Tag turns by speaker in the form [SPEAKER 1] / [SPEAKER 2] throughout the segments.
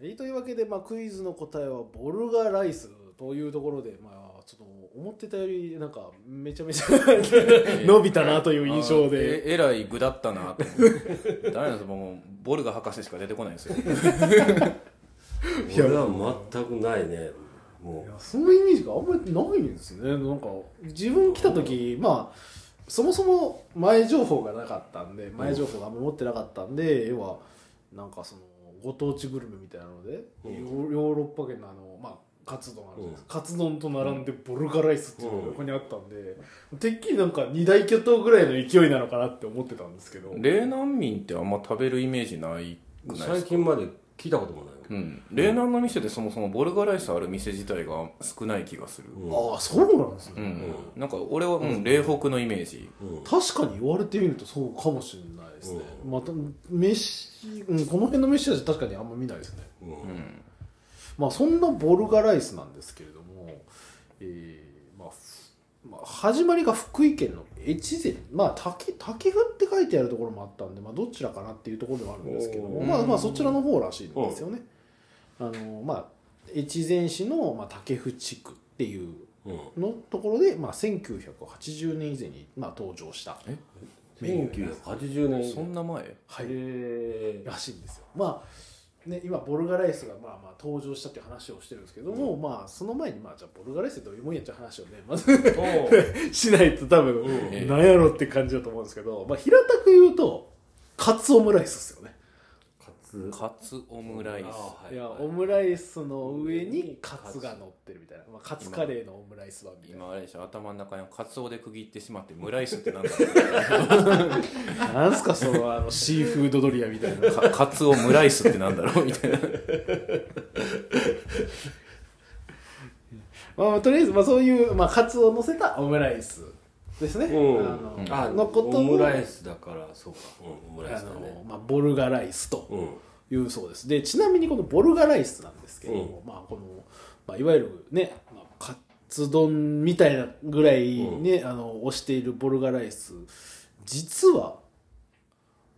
[SPEAKER 1] えーというわけで、まあ、クイズの答えはボルガライスというところで、まあ、ちょっと思ってたよりなんかめちゃめ ちゃ伸びたなという印象で、
[SPEAKER 2] あええらい具だったなとダメなんですもう ボルガ博士しか出てこないんですよ
[SPEAKER 1] や
[SPEAKER 3] 俺は全くないねも
[SPEAKER 1] いやそのイメージがあんまりないんですねなんか自分来た時まあそもそも前情報がなかったんで前情報があんま持ってなかったんで、要はなんかそのご当地グルメみたいなので、
[SPEAKER 3] う
[SPEAKER 1] ヨ
[SPEAKER 3] ん
[SPEAKER 1] ヨーロッパ圏のあのまあカツ丼あるじゃないですか、カツ丼と並んでボルガライスっていうのが横にあったんで、てっきりなんか二大巨頭ぐらいの勢いなのかなって思ってたんですけど
[SPEAKER 2] 冷難民ってあんま食べるイメージないく
[SPEAKER 3] う
[SPEAKER 2] ないで
[SPEAKER 3] 最
[SPEAKER 2] すか、
[SPEAKER 3] 近まで聞いたこともない
[SPEAKER 2] うん、冷南の店でそもそもボルガライスある店自体が少ない気がする
[SPEAKER 3] うん
[SPEAKER 1] ああそうなんです
[SPEAKER 2] う
[SPEAKER 1] ね、
[SPEAKER 2] ん、なんか俺は、うん、冷北のイメージ
[SPEAKER 3] うん
[SPEAKER 1] 確かに言われてみるとそうかもしれないですね、また飯、うん、この辺の飯は確かにあんま見ないですね
[SPEAKER 3] うん
[SPEAKER 2] うん
[SPEAKER 1] まあそんなボルガライスなんですけれども、えーまあふまあ、始まりが福井県の越前まあ竹竹府って書いてあるところもあったんで、まあ、どちらかなっていうところではあるんですけども
[SPEAKER 2] おー
[SPEAKER 1] まあまあそちらの方らしいんですよね。あのまあ越前市の、まあ、竹府地区っていう
[SPEAKER 3] うん
[SPEAKER 1] のところで、まあ、1980年以前に、まあ、登場した
[SPEAKER 3] 1980年
[SPEAKER 2] そんな前
[SPEAKER 1] はい
[SPEAKER 3] へ
[SPEAKER 1] らしいんですよ。まあね、今ボルガライスがまあまあ登場したっていう話をしてるんですけども、まあその前にまあじゃあボルガライスってどういうもんやっちゃう話をねまず
[SPEAKER 3] えと
[SPEAKER 1] しないと多分
[SPEAKER 3] うん
[SPEAKER 1] なんやろって感じだと思うんですけど、まあ、平たく言うとカツオムライスですよね、
[SPEAKER 3] カツ
[SPEAKER 2] カツオムライス
[SPEAKER 3] あはいい
[SPEAKER 1] や
[SPEAKER 3] はい
[SPEAKER 1] オムライスの上にカツが乗ってるみたいな、まあ、カツカレーのオムライス版みたいな
[SPEAKER 2] 今あれでしょ頭の中にカツオで区切ってしまってムライスってなんだ
[SPEAKER 1] なんすかそのあのシーフードドリアみたいな
[SPEAKER 2] ろ う かカツオムライスってなんだろうみたいな
[SPEAKER 1] まあ、とりあえず、まあ、そういう、まあ、カツを乗せたオムライスですね、
[SPEAKER 3] うん
[SPEAKER 1] あの
[SPEAKER 2] うん
[SPEAKER 3] あ
[SPEAKER 1] のことを
[SPEAKER 3] オムライスだからそうかうんオムライ
[SPEAKER 1] あ
[SPEAKER 3] スだね
[SPEAKER 1] の、まあ、ボルガライス
[SPEAKER 3] う
[SPEAKER 1] と
[SPEAKER 3] ん
[SPEAKER 1] いうそうですでちなみにこのボルガライスなんですけども、まあ、この、まあ、いわゆるね、まあ、カツ丼みたいなぐらいね、あの推しているボルガライス実は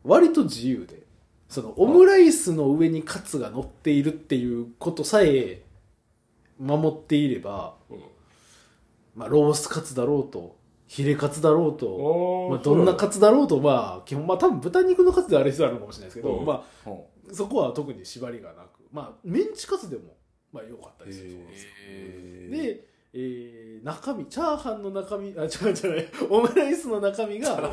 [SPEAKER 1] 割と自由でそのオムライスの上にカツが乗っているっていうことさえ守っていれば、
[SPEAKER 3] うん
[SPEAKER 1] まあ、ロースカツだろうとヒレカツだろうと
[SPEAKER 3] おー
[SPEAKER 1] まあ、どんな
[SPEAKER 3] そう
[SPEAKER 1] カツだろうと、まあ、基本、まあ、多分豚肉のカツである必要あるのかもしれないですけど、
[SPEAKER 3] うん
[SPEAKER 1] ま
[SPEAKER 2] ほ
[SPEAKER 1] あ、そこは特に縛りがなく、まあ、メンチカツでも、まあ、良かったりするそう
[SPEAKER 2] う
[SPEAKER 1] です。
[SPEAKER 2] へー
[SPEAKER 1] で、えー、中身、チャーハンの中身、あ、違うじゃない、オムライスの中身が、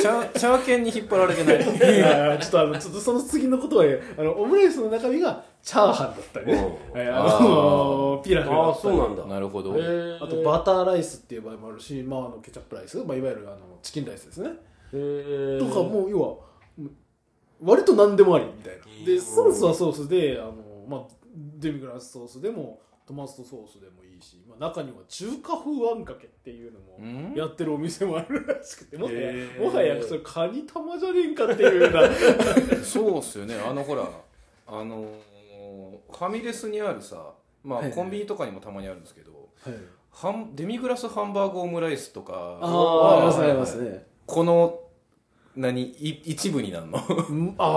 [SPEAKER 2] チャーチャーケンに引っ張られてない
[SPEAKER 1] いやちょっとあの、ちょっとその次のことは、あの、オムライスの中身がチャーハンだったりね、
[SPEAKER 3] うん
[SPEAKER 1] はいあのピラフだ
[SPEAKER 3] ああ
[SPEAKER 1] った
[SPEAKER 3] そ
[SPEAKER 1] り
[SPEAKER 3] う。なんだ
[SPEAKER 2] なるほど、
[SPEAKER 3] へー
[SPEAKER 1] あとバターライスっていう場合もあるし、まあ、あのケチャップライス、まあ、いわゆるあのチキンライスですね。
[SPEAKER 3] へー
[SPEAKER 1] とかもう要はうん割と何でもありみたいな
[SPEAKER 3] うん
[SPEAKER 1] でソースはソースであの、まあ、デミグラスソースでもトマトソースでもいいし、まあ、中には中華風あんかけっていうの
[SPEAKER 2] う
[SPEAKER 1] も
[SPEAKER 2] ん
[SPEAKER 1] やってるお店もあるらしくてもはや
[SPEAKER 3] へー
[SPEAKER 1] もはやそれカニ玉じゃねえんかっていうよう な
[SPEAKER 2] そうっすよねあのほらあのーファミレスにあるさまあ
[SPEAKER 1] はいはい
[SPEAKER 2] コンビニとかにもたまにあるんですけど、ハンデミグラスハンバーグオムライスと
[SPEAKER 1] あ
[SPEAKER 2] か
[SPEAKER 1] ああります
[SPEAKER 3] は
[SPEAKER 1] ねあ
[SPEAKER 3] い
[SPEAKER 1] りますね
[SPEAKER 2] この何い一部になるの
[SPEAKER 1] うんああ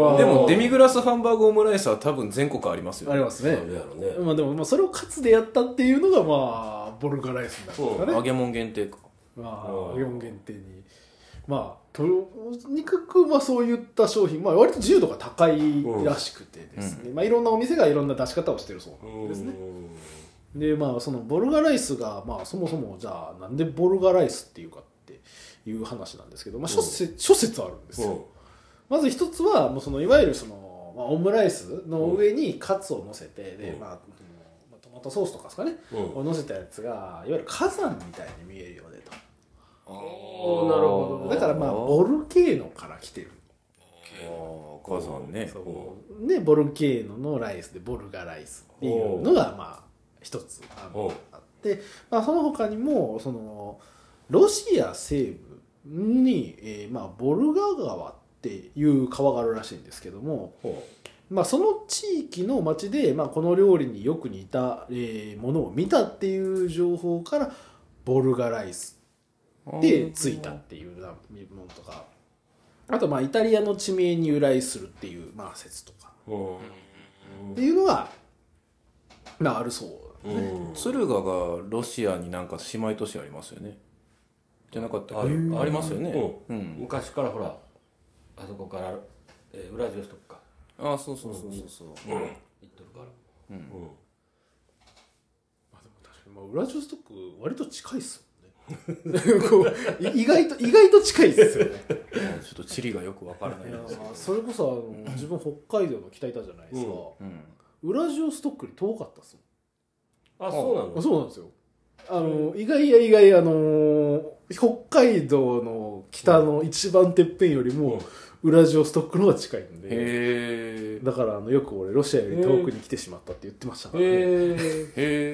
[SPEAKER 1] まあまあ
[SPEAKER 2] でもデミグラスハンバーグオムライスは多分全国ありますよ
[SPEAKER 1] あり
[SPEAKER 2] ね
[SPEAKER 1] ますね
[SPEAKER 3] あるやろね
[SPEAKER 1] まあでもまあそれをカツでやったっていうのがまあボルガライスになるんですかね
[SPEAKER 2] 揚げ物限定か
[SPEAKER 1] まあ、
[SPEAKER 3] うん
[SPEAKER 1] 4限定に。まあ、とにかく、まあ、そういった商品、まあ、割と自由度が高いらしくてですね、まあ、いろんなお店がいろんな出し方をしてるそうなんですね。で、まあ、そのボルガライスが、まあ、そもそも、じゃあ、なんでボルガライスっていうかっていう話なんですけど、まあ、諸説諸説あるんです
[SPEAKER 3] う
[SPEAKER 1] よ。
[SPEAKER 3] ん
[SPEAKER 1] まず一つはもうそのいわゆるその、まあ、オムライスの上にカツを乗せて、で
[SPEAKER 3] う、ん
[SPEAKER 1] まあ、そのまあトマトソースとかですかね、
[SPEAKER 3] うん
[SPEAKER 1] を乗せたやつがいわゆる火山みたいに見えるよねと。
[SPEAKER 2] あー
[SPEAKER 3] おーなるほど
[SPEAKER 1] だからまあ
[SPEAKER 2] あー
[SPEAKER 1] ボルケーノから来てる、
[SPEAKER 2] あーお母さんね
[SPEAKER 1] そうねボルケーノのライスでボルガライスっていうのがまあ一つあの
[SPEAKER 3] おう
[SPEAKER 1] あって、まあ、その他にもそのロシア西部に、えーまあ、ボルガ川っていう川があるらしいんですけども、
[SPEAKER 3] ほ
[SPEAKER 1] まあ、その地域の町で、まあ、この料理によく似た、えーものを見たっていう情報からボルガライスでついたっていうなものとかあとまあイタリアの地名に由来するっていう、まあ、説とか
[SPEAKER 3] うん
[SPEAKER 1] っていうのが、まあ、あるそう
[SPEAKER 3] うん
[SPEAKER 2] 敦賀がロシアになんか姉妹都市ありますよねじゃなかったっ
[SPEAKER 3] あ
[SPEAKER 2] け
[SPEAKER 3] る
[SPEAKER 2] ありますよね
[SPEAKER 3] う
[SPEAKER 2] うんん
[SPEAKER 3] 昔からほらあそこから、えー、ウラジオストクか
[SPEAKER 2] あそうそうそうそうそう
[SPEAKER 3] 行っとるから
[SPEAKER 1] まあ、でも確かに、まあ、ウラジオストク割と近いっすもん ねこうい意外と意外と近いっすよね
[SPEAKER 2] うんちょっと地理がよくわからないい
[SPEAKER 1] や
[SPEAKER 2] です
[SPEAKER 1] ーそれこそあの自分北海道の北いたじゃないですか、
[SPEAKER 2] うん
[SPEAKER 1] ウラジオストックに遠かったっすもん
[SPEAKER 3] あそうなの
[SPEAKER 1] あそうなんですよあの意外や意外あのー北海道の北の一番てっぺんよりも、ウラジオストックの方が近いんで
[SPEAKER 2] へえ
[SPEAKER 1] だからあのよく俺ロシアより遠くに来てしまったって言ってましたからね、
[SPEAKER 3] へえ
[SPEAKER 2] へ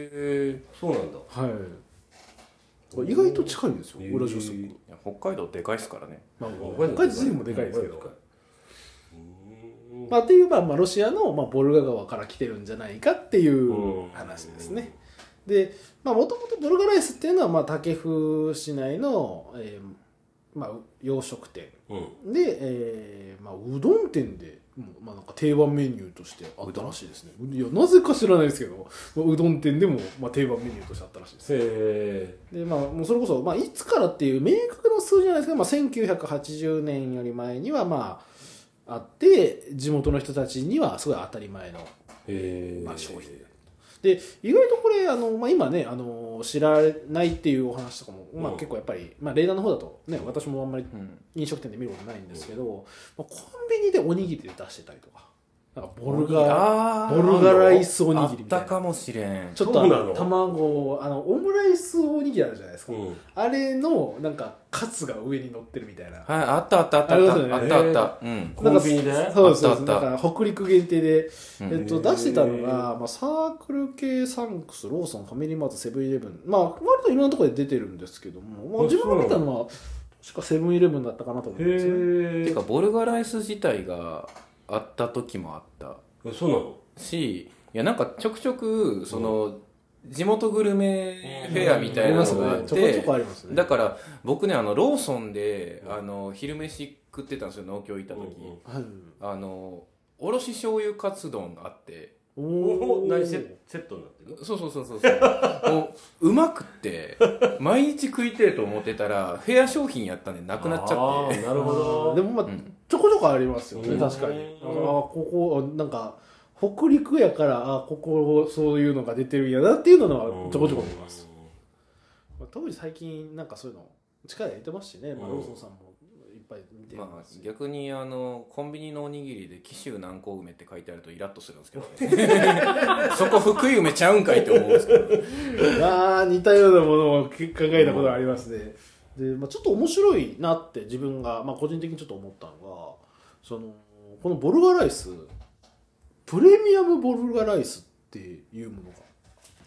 [SPEAKER 2] え
[SPEAKER 3] そうなんだ
[SPEAKER 1] はいこれ意外と近いんですよウラジオストック、
[SPEAKER 2] 北海道でかいっすからね
[SPEAKER 1] まあ、北海道自身もでかいですけど、
[SPEAKER 3] うん
[SPEAKER 1] まあ、っていう、まあまあ、ロシアの、まあ、ボルガ川から来てるんじゃないかっていう
[SPEAKER 3] うん
[SPEAKER 1] 話ですね。でもともとボルガライスっていうのは、まあ、武府市内の、えーまあ、洋食店
[SPEAKER 3] うん
[SPEAKER 1] で、えーまあ、うどん店で、もうまあ、なんか定番メニューとしてあったらしいですねいやなぜか知らないですけど、まあうどん店でも、まあ、定番メニューとしてあったらしいです
[SPEAKER 3] へえ
[SPEAKER 1] でまあ、もうそれこそ、まあ、いつからっていう明確な数字じゃないですけど、まあ、1980年より前にはまああって地元の人たちにはすごい当たり前の、
[SPEAKER 3] へえ
[SPEAKER 1] まあ、商品で意外とこれあの、まあ、今ねあの知らないっていうお話とかも、まあ、
[SPEAKER 3] うん
[SPEAKER 1] 結構やっぱり、まあ、レーダーの方だと、ね、私もあんまり
[SPEAKER 2] うん
[SPEAKER 1] 飲食店で見ることないんですけど、まあ、コンビニでおにぎりで出してたりとかなんかボルガー
[SPEAKER 2] あ
[SPEAKER 1] ボルガライスおにぎりみたい
[SPEAKER 2] あ
[SPEAKER 1] な
[SPEAKER 2] ったかもしれん
[SPEAKER 1] ちょっ
[SPEAKER 3] そうな
[SPEAKER 1] と
[SPEAKER 3] の
[SPEAKER 1] 卵あのオムライスおにぎりあるじゃないですか、
[SPEAKER 3] うん
[SPEAKER 1] あれのなんかカツが上に乗ってるみたいな。
[SPEAKER 2] はいあったあったあったあ
[SPEAKER 1] ありま
[SPEAKER 2] ったあ
[SPEAKER 1] すよ
[SPEAKER 2] った
[SPEAKER 3] ね
[SPEAKER 2] あったうん
[SPEAKER 1] なんか
[SPEAKER 3] コンビニで
[SPEAKER 1] そうですそ
[SPEAKER 2] あ
[SPEAKER 1] うで
[SPEAKER 2] っ
[SPEAKER 1] す
[SPEAKER 2] た
[SPEAKER 1] だ
[SPEAKER 2] あった
[SPEAKER 1] から北陸限定で、
[SPEAKER 2] う
[SPEAKER 1] え
[SPEAKER 2] ん
[SPEAKER 1] っと、
[SPEAKER 3] へー
[SPEAKER 1] 出してたのが、まあ、サークル系サンクスローソンファミリーマートセブンイレブンまあ割といろんなところで出てるんですけども、まあ、
[SPEAKER 3] あ
[SPEAKER 1] 自分が見た
[SPEAKER 3] そうな
[SPEAKER 1] のは確かセブンイレブンだったかなと思うんですよね
[SPEAKER 2] て
[SPEAKER 3] へ
[SPEAKER 2] かボルガライス自体があった時もあった
[SPEAKER 3] えそうなの
[SPEAKER 2] しいやなんかちょくちょくその、地元グルメフェアみたいなのがあっ
[SPEAKER 1] ちょこち
[SPEAKER 2] て
[SPEAKER 1] ょこありますね
[SPEAKER 2] だから僕ねあのローソンであの昼飯食ってたんですよ農協行った時、
[SPEAKER 3] うんうん
[SPEAKER 1] はい
[SPEAKER 2] あのおろし醤油カツ丼あって
[SPEAKER 1] お
[SPEAKER 3] おお
[SPEAKER 1] ー
[SPEAKER 3] 何セッセットになってる
[SPEAKER 2] そうそうそうそう そうもううまくって毎日食いてえと思ってたらフェア商品やったんでなくなっちゃって
[SPEAKER 3] あーなるほど
[SPEAKER 1] でもまあ、
[SPEAKER 2] うん
[SPEAKER 1] ちょこちょこありますよね、
[SPEAKER 3] うん
[SPEAKER 1] 確かに
[SPEAKER 3] うん
[SPEAKER 1] ああここなんか北陸やからあここそういうのが出てるんやなっていうのはちょこちょこ見ます、まあ、特に最近なんかそういうの力入れてますしね、まあ、
[SPEAKER 3] うん
[SPEAKER 1] ローソンさんもいっぱい見て
[SPEAKER 2] ま
[SPEAKER 1] ます
[SPEAKER 2] あ、
[SPEAKER 1] し、
[SPEAKER 2] 逆にあのコンビニのおにぎりで「紀州南高梅」って書いてあるとイラッとするんですけど、ね、 そこ福井梅ちゃうんかいって思うんですけど
[SPEAKER 1] あー似たようなものを考えたことがありますね、で、まあ、ちょっと面白いなって自分が、まあ、個人的にちょっと思ったのがそのこのボルガライスプレミアムボルガライスっていうものが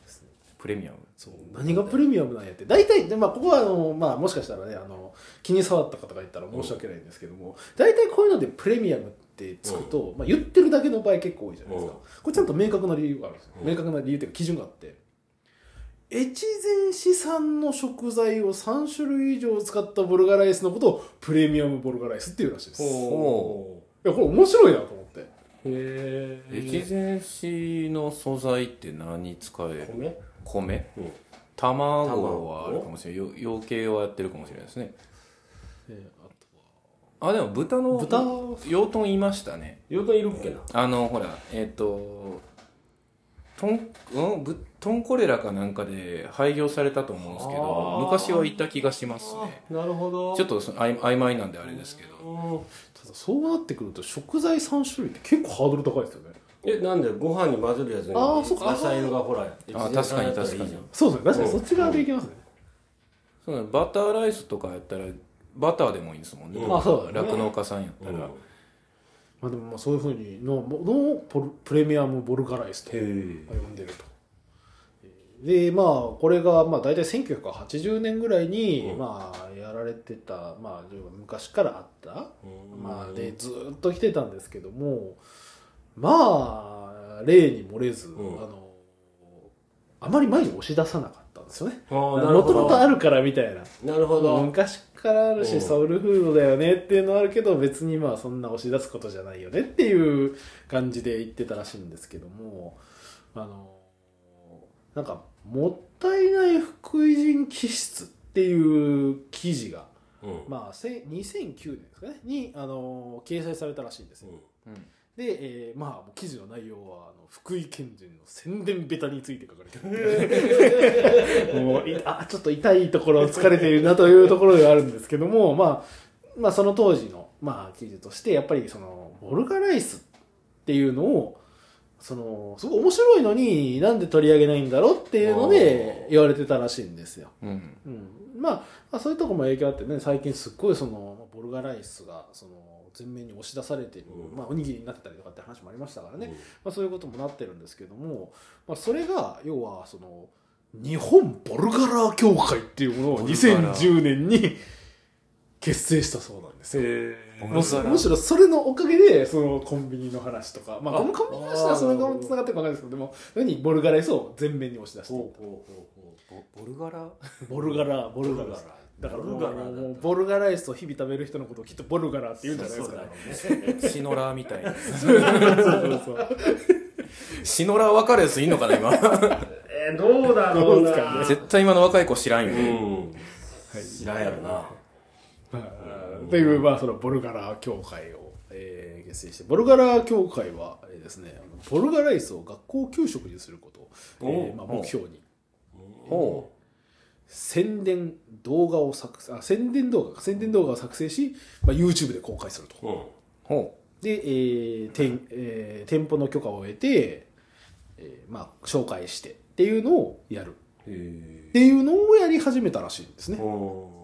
[SPEAKER 1] ですね
[SPEAKER 2] プレミアム
[SPEAKER 1] そう何がプレミアムなんやって大体で、まあ、ここはあの、まあ、もしかしたらねあの気に触った方がいたら申し訳ないんですけども大体こういうのでプレミアムってつくと、まあ、言ってるだけの場合結構多いじゃないですか、
[SPEAKER 3] うん
[SPEAKER 1] これちゃんと明確な理由があるんですよ、
[SPEAKER 3] うん
[SPEAKER 1] 明確な理由っていうか基準があって越前市産の食材を3種類以上使ったボルガライスのことをプレミアムボルガライスっていうらしいですいや
[SPEAKER 2] ほ
[SPEAKER 1] これ面白いなと思って
[SPEAKER 3] うへえ
[SPEAKER 2] 越前市の素材って何使える
[SPEAKER 3] 米
[SPEAKER 2] 米
[SPEAKER 3] うん
[SPEAKER 2] 卵はあるかもしれないよ養鶏はやってるかもしれないですね
[SPEAKER 1] えあと
[SPEAKER 2] あでも豚の
[SPEAKER 1] 豚
[SPEAKER 2] 養豚いましたね
[SPEAKER 3] 養豚いるっけな
[SPEAKER 2] あのほらえっ、とトン,、うん、ぶトンコレラかなんかで廃業されたと思うんですけど
[SPEAKER 3] あー
[SPEAKER 2] 昔はいた気がしますね
[SPEAKER 3] なるほど
[SPEAKER 2] ちょっとその曖曖昧なんであれですけど
[SPEAKER 3] うん
[SPEAKER 1] ただそうなってくると食材3種類って結構ハードル高いですよね
[SPEAKER 3] えなんでご飯に混ぜるやつに
[SPEAKER 1] あーそっか
[SPEAKER 3] 野菜のがほら
[SPEAKER 2] あ確かに確かに
[SPEAKER 1] そうですね確かにそっち側でいきますね、
[SPEAKER 2] そうだねバターライスとかやったらバターでもいいですもんね
[SPEAKER 3] うん
[SPEAKER 1] あそうだね
[SPEAKER 2] 酪農家さんやった
[SPEAKER 3] う
[SPEAKER 2] ら、
[SPEAKER 3] ん
[SPEAKER 1] まあ、でもまあそういうふうにののポルプレミアムボルガライスと呼
[SPEAKER 3] へ
[SPEAKER 1] んでると。でまあこれがまあ大体1980年ぐらいに
[SPEAKER 3] うん
[SPEAKER 1] まあやられてた、まあ、要は昔からあった、まあ、でずっと来てたんですけどもまあ例に漏れず、
[SPEAKER 3] うん
[SPEAKER 1] あのあまり前に押し出さなかったんですよね
[SPEAKER 3] あーなる
[SPEAKER 1] も
[SPEAKER 3] ほ
[SPEAKER 1] と
[SPEAKER 3] ど
[SPEAKER 1] もとあるからみたいな
[SPEAKER 3] なるほど。
[SPEAKER 1] 昔からある
[SPEAKER 3] う
[SPEAKER 1] し
[SPEAKER 3] ん
[SPEAKER 1] ソウルフードだよねっていうのはあるけど別にまあそんな押し出すことじゃないよねっていう感じで言ってたらしいんですけどもあのなんか「もったいない福井人気質」っていう記事が、
[SPEAKER 3] うんうん
[SPEAKER 1] まあ、せ2009年ですかねにあの掲載されたらしいんですよ。
[SPEAKER 2] うん
[SPEAKER 1] で、えーまあ記事の内容はあの福井県人の宣伝ベタについて書かれてるもういあちょっと痛いところ疲れているなというところではあるんですけども、まあ、まあその当時の、まあ、記事としてやっぱりそのボルガライスっていうのをそのすごい面白いのになんで取り上げないんだろうっていうので言われてたらしいんですよ。
[SPEAKER 2] うん
[SPEAKER 1] うんまあ、まあそういうとこも影響あってね最近すっごいそのボルガライスがその全面に押し出されてる、
[SPEAKER 3] うん
[SPEAKER 1] まあ、おにぎりになってたりとかって話もありましたからね、
[SPEAKER 3] うん
[SPEAKER 1] まあ、そういうこともなってるんですけども、まあ、それが要はその日本ボルガラー協会っていうものを2010年に 結成したそうなんですよ。むしむしろそれのおかげでそのコンビニの話とか、まあ、
[SPEAKER 3] あ
[SPEAKER 1] コンビニの話はそのままつながってるか分かんないですけどでもとにかくボルガライスを全面に押し出してい
[SPEAKER 3] ほ
[SPEAKER 1] っ
[SPEAKER 3] うほうほう
[SPEAKER 2] ボ
[SPEAKER 3] ほ
[SPEAKER 2] ボルガラ
[SPEAKER 1] たボルガラーボルガラー
[SPEAKER 3] う。
[SPEAKER 1] だからも
[SPEAKER 3] ボ
[SPEAKER 1] う
[SPEAKER 3] ルガラだった
[SPEAKER 1] もうボルガライスを日々食べる人のことをきっとボルガラって言うんじゃないですか、ね、
[SPEAKER 3] そうだろうね。
[SPEAKER 2] シノラーみたいな
[SPEAKER 1] そうそうそう
[SPEAKER 2] シノラー若いやついんのかな今
[SPEAKER 3] えー、どうだろ
[SPEAKER 1] ど
[SPEAKER 3] う
[SPEAKER 1] うですか
[SPEAKER 3] な。
[SPEAKER 1] ね
[SPEAKER 2] 絶対今の若い子知らんよ
[SPEAKER 3] う
[SPEAKER 2] ね、
[SPEAKER 3] ん。知らんやろな。
[SPEAKER 1] うんという、まあ、そのボルガラ協会を、えー結成してボルガラ協会は、えーですねあのボルガライスを学校給食にすることを、えーまあ、
[SPEAKER 2] おう
[SPEAKER 1] 目標に
[SPEAKER 2] ほ
[SPEAKER 1] 宣伝動画を作成あ宣伝動画か宣伝動画を作成し、まあ、YouTube で公開すると
[SPEAKER 3] うん。
[SPEAKER 2] うほ
[SPEAKER 1] で、えー店えー店舗の許可を得て、えーまあ、紹介してっていうのをやるっ
[SPEAKER 3] へ
[SPEAKER 1] ていうのをやり始めたらしいんです
[SPEAKER 3] え。
[SPEAKER 1] ね。
[SPEAKER 3] ほ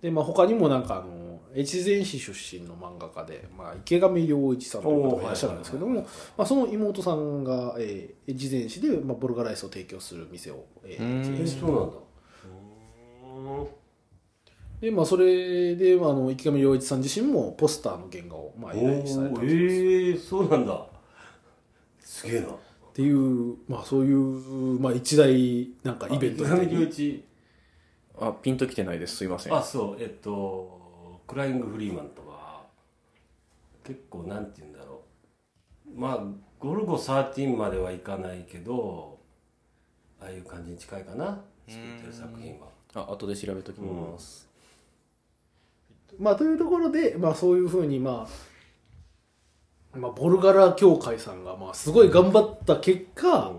[SPEAKER 1] で、まあ、他にもなんかあの、越前市出身の漫画家で、まあ、池上良一さんという方がいらっしゃるんですけど
[SPEAKER 3] おーはい
[SPEAKER 1] も、まあ、その妹さんが、えー越前市で、まあ、ボルガライスを提供する店を、え
[SPEAKER 2] う
[SPEAKER 1] ー
[SPEAKER 2] ーん
[SPEAKER 1] 経
[SPEAKER 3] う。
[SPEAKER 1] 営
[SPEAKER 3] え、
[SPEAKER 1] し
[SPEAKER 3] そうなんだ。
[SPEAKER 1] で、まあ、それで、まあ、あの池上良一さん自身もポスターの原画を、まあ、依頼された
[SPEAKER 3] お
[SPEAKER 1] んです
[SPEAKER 3] ーえー、そうなんだ。すげえな。
[SPEAKER 1] っていう、まあ、そういう、まあ、一大なんかイベント
[SPEAKER 3] あ
[SPEAKER 1] みた
[SPEAKER 3] 池
[SPEAKER 1] い
[SPEAKER 3] 上
[SPEAKER 1] に
[SPEAKER 3] 良一。
[SPEAKER 2] うあピンときてないですすいません
[SPEAKER 3] あ、そう。えっと、クライング・フリーマンとか、結構なんて言うんだろう。まあ、ゴルゴ13まではいかないけど、ああいう感じに近いかな。作ってる作品は。
[SPEAKER 2] あ後で調べときます、
[SPEAKER 1] まあ、というところで、まあ、そういうふうに、まあ、まあ、ボルガラ協会さんが、まあ、すごい頑張った結果、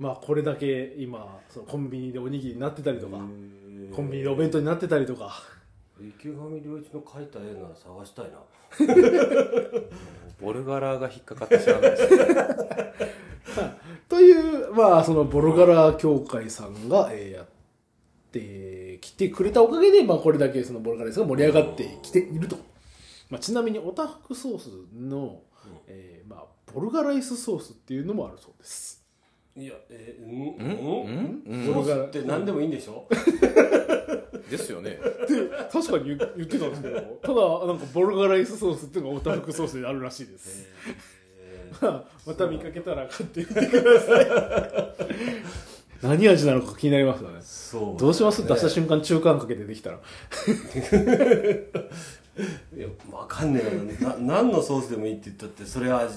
[SPEAKER 1] まあ、これだけ今、そのコンビニでおにぎりになってたりとか、コンビニでお弁当になってたりとか、
[SPEAKER 3] 池上良一の描いた絵なら探したいな。
[SPEAKER 2] ボルガラが引っかかってしまうんですよ
[SPEAKER 1] という、まあ、そのボルガラ協会さんが、えーやってきてくれたおかげで、まあ、これだけそのボルガライスが盛り上がってきていると。まあ、ちなみに、オタフクソースの、えーまあ、ボルガライスソースっていうのもあるそうです。
[SPEAKER 3] いや、えー、ん
[SPEAKER 2] うんんうん
[SPEAKER 3] ソースって何でもいいんでしょ
[SPEAKER 2] ですよね
[SPEAKER 1] 確かに言言ってたんですけど、ただ、なんかボルガライスソースっていうのがオタフクソースであるらしいです。
[SPEAKER 3] えー
[SPEAKER 1] まあまた見かけたら買ってみてください 何味なのか気になりますよね
[SPEAKER 3] そう。
[SPEAKER 1] どうします
[SPEAKER 3] ね
[SPEAKER 1] 出した瞬間中間かけてできたら
[SPEAKER 3] いや、わかんねえな。な何のソースでもいいって言ったって、それは味。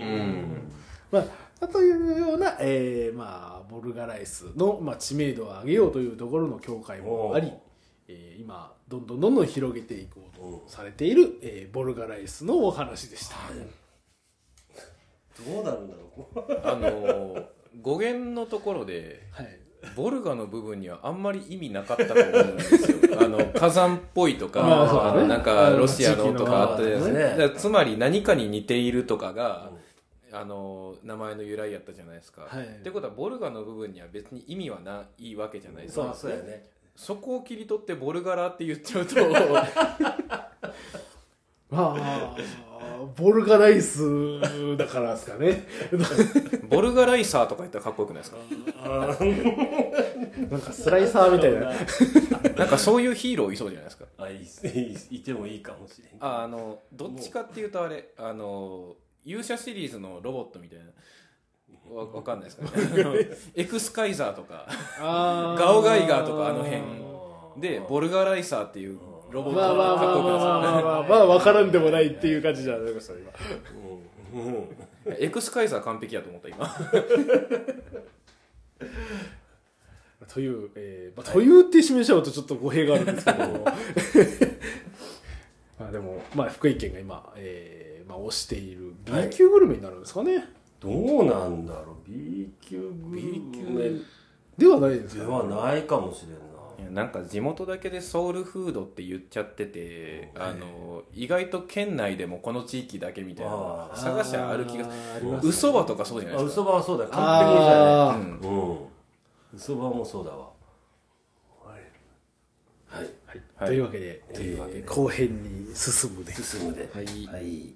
[SPEAKER 2] うん
[SPEAKER 1] まあというような、えーまあ、ボルガライスの、まあ、知名度を上げようというところの協会もあり
[SPEAKER 3] おう、
[SPEAKER 1] えー今どんどんどんどん広げていこうとされている、えーボルガライスのお話でした
[SPEAKER 3] どうなるんだろう。
[SPEAKER 2] あのー語源のところで
[SPEAKER 1] はい
[SPEAKER 2] ボルガの部分にはあんまり意味なかったと思うんですよあの火山っぽいとか、
[SPEAKER 1] まあそうだね
[SPEAKER 2] あのなん
[SPEAKER 1] あ
[SPEAKER 2] か
[SPEAKER 1] の
[SPEAKER 2] ロシアのとかあったじゃないです
[SPEAKER 3] 地域の
[SPEAKER 2] かだからつまり何かに似ているとかが、あのー名前の由来やったじゃないですか、
[SPEAKER 1] はい
[SPEAKER 2] ってことはボルガの部分には別に意味はないわけじゃないです
[SPEAKER 3] そ
[SPEAKER 2] か
[SPEAKER 3] うそうやね。
[SPEAKER 2] そこを切り取ってボルガラって言っち ゃうと
[SPEAKER 1] まあボルガライスだからですかね
[SPEAKER 2] ボルガライサーとか言ったらかっこよくないですか
[SPEAKER 1] なんかスライサーみたいな
[SPEAKER 2] なんかそういうヒーローいそうじゃないですか
[SPEAKER 3] あ、いいっす、いいっすいてもいいかもしれん。
[SPEAKER 2] ああのどっちかっていうとあれあの勇者シリーズのロボットみたいなわわかんないですか ねエクスカイザーとか
[SPEAKER 1] あ
[SPEAKER 2] ガオガイガーとかあの辺で
[SPEAKER 3] ボ
[SPEAKER 2] ボルガライサーっていうロボット
[SPEAKER 1] まあまあまあま あまあまあまあ、まあ、分からんでもないっていう感じじゃないですか今
[SPEAKER 2] エクスカイザー完璧やと思った今
[SPEAKER 1] という、えーまあ、というって示しちゃうとちょっと語弊があるんですけど まあでも、まあ、福井県が今、えーまあ、推している B 級グルメになるんですかね、
[SPEAKER 3] どうなんだろう B 級グル
[SPEAKER 2] B
[SPEAKER 3] メ
[SPEAKER 1] ではないです
[SPEAKER 3] で
[SPEAKER 1] よ
[SPEAKER 3] はないかもしれん
[SPEAKER 2] い
[SPEAKER 3] な
[SPEAKER 2] やなんか地元だけでソウルフードって言っちゃっててあの意外と県内でもこの地域だけみたいなのが
[SPEAKER 3] あー
[SPEAKER 2] 探しゃある気が
[SPEAKER 1] あーありますね
[SPEAKER 2] 嘘ばとかそうじゃな
[SPEAKER 3] あ
[SPEAKER 2] いです
[SPEAKER 3] 嘘
[SPEAKER 2] か
[SPEAKER 3] ばはそうだ完璧じゃ
[SPEAKER 1] あー
[SPEAKER 2] うん
[SPEAKER 3] ないうん嘘ばもそうだわはい
[SPEAKER 1] はいというわけで、
[SPEAKER 3] というわけで
[SPEAKER 1] えー後編に進むで
[SPEAKER 3] 進むで
[SPEAKER 1] はい
[SPEAKER 3] はい